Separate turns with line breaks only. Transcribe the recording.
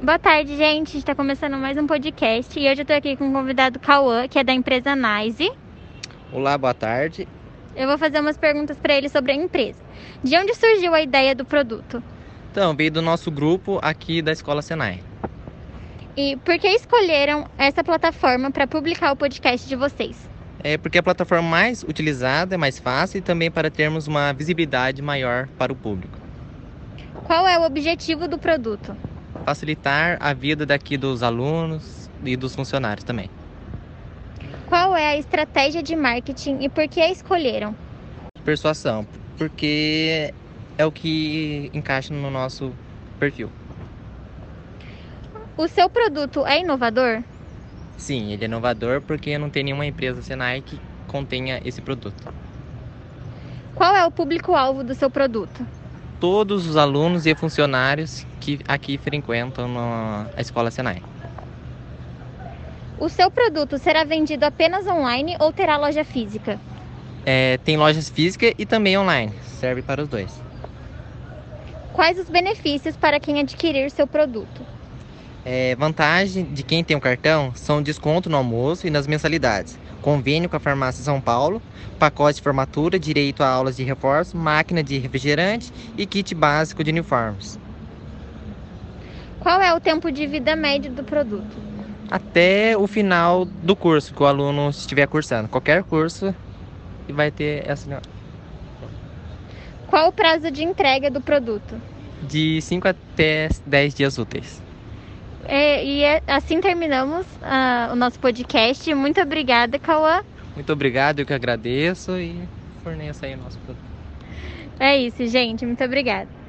Boa tarde, gente. Está começando mais um podcast e hoje eu estou aqui com o convidado Cauã, que é da empresa Nice.
Olá, boa tarde.
Eu vou fazer umas perguntas para ele sobre a empresa. De onde surgiu a ideia do produto?
Então, veio do nosso grupo aqui da Escola Senai.
E por que escolheram essa plataforma para publicar o podcast de vocês?
É porque é a plataforma mais utilizada, é mais fácil e também para termos uma visibilidade maior para o público.
Qual é o objetivo do produto?
Facilitar a vida daqui dos alunos e dos funcionários também.
Qual é a estratégia de marketing e por que a escolheram?
Persuasão, porque é o que encaixa no nosso perfil.
O seu produto é inovador?
Sim, ele é inovador porque não tem nenhuma empresa Senai que contenha esse produto.
Qual é o público-alvo do seu produto?
Todos os alunos e funcionários que aqui frequentam no- a Escola Senai.
O seu produto será vendido apenas online ou terá loja física?
É, tem lojas físicas e também online, serve para os dois.
Quais os benefícios para quem adquirir seu produto?
É, vantagem de quem tem o cartão são desconto no almoço e nas mensalidades, convênio com a farmácia São Paulo, pacote de formatura, direito a aulas de reforço, máquina de refrigerante e kit básico de uniformes.
Qual é o tempo de vida médio do produto?
Até o final do curso que o aluno estiver cursando, qualquer curso, e vai ter essa
Qual o prazo de entrega do produto?
de 5 até 10 dias úteis.
É, e é- assim terminamos ah, o nosso podcast. Muito obrigada, Cauã.
Muito obrigado, eu que agradeço e forneço aí o nosso produto.
É isso, gente. Muito obrigada.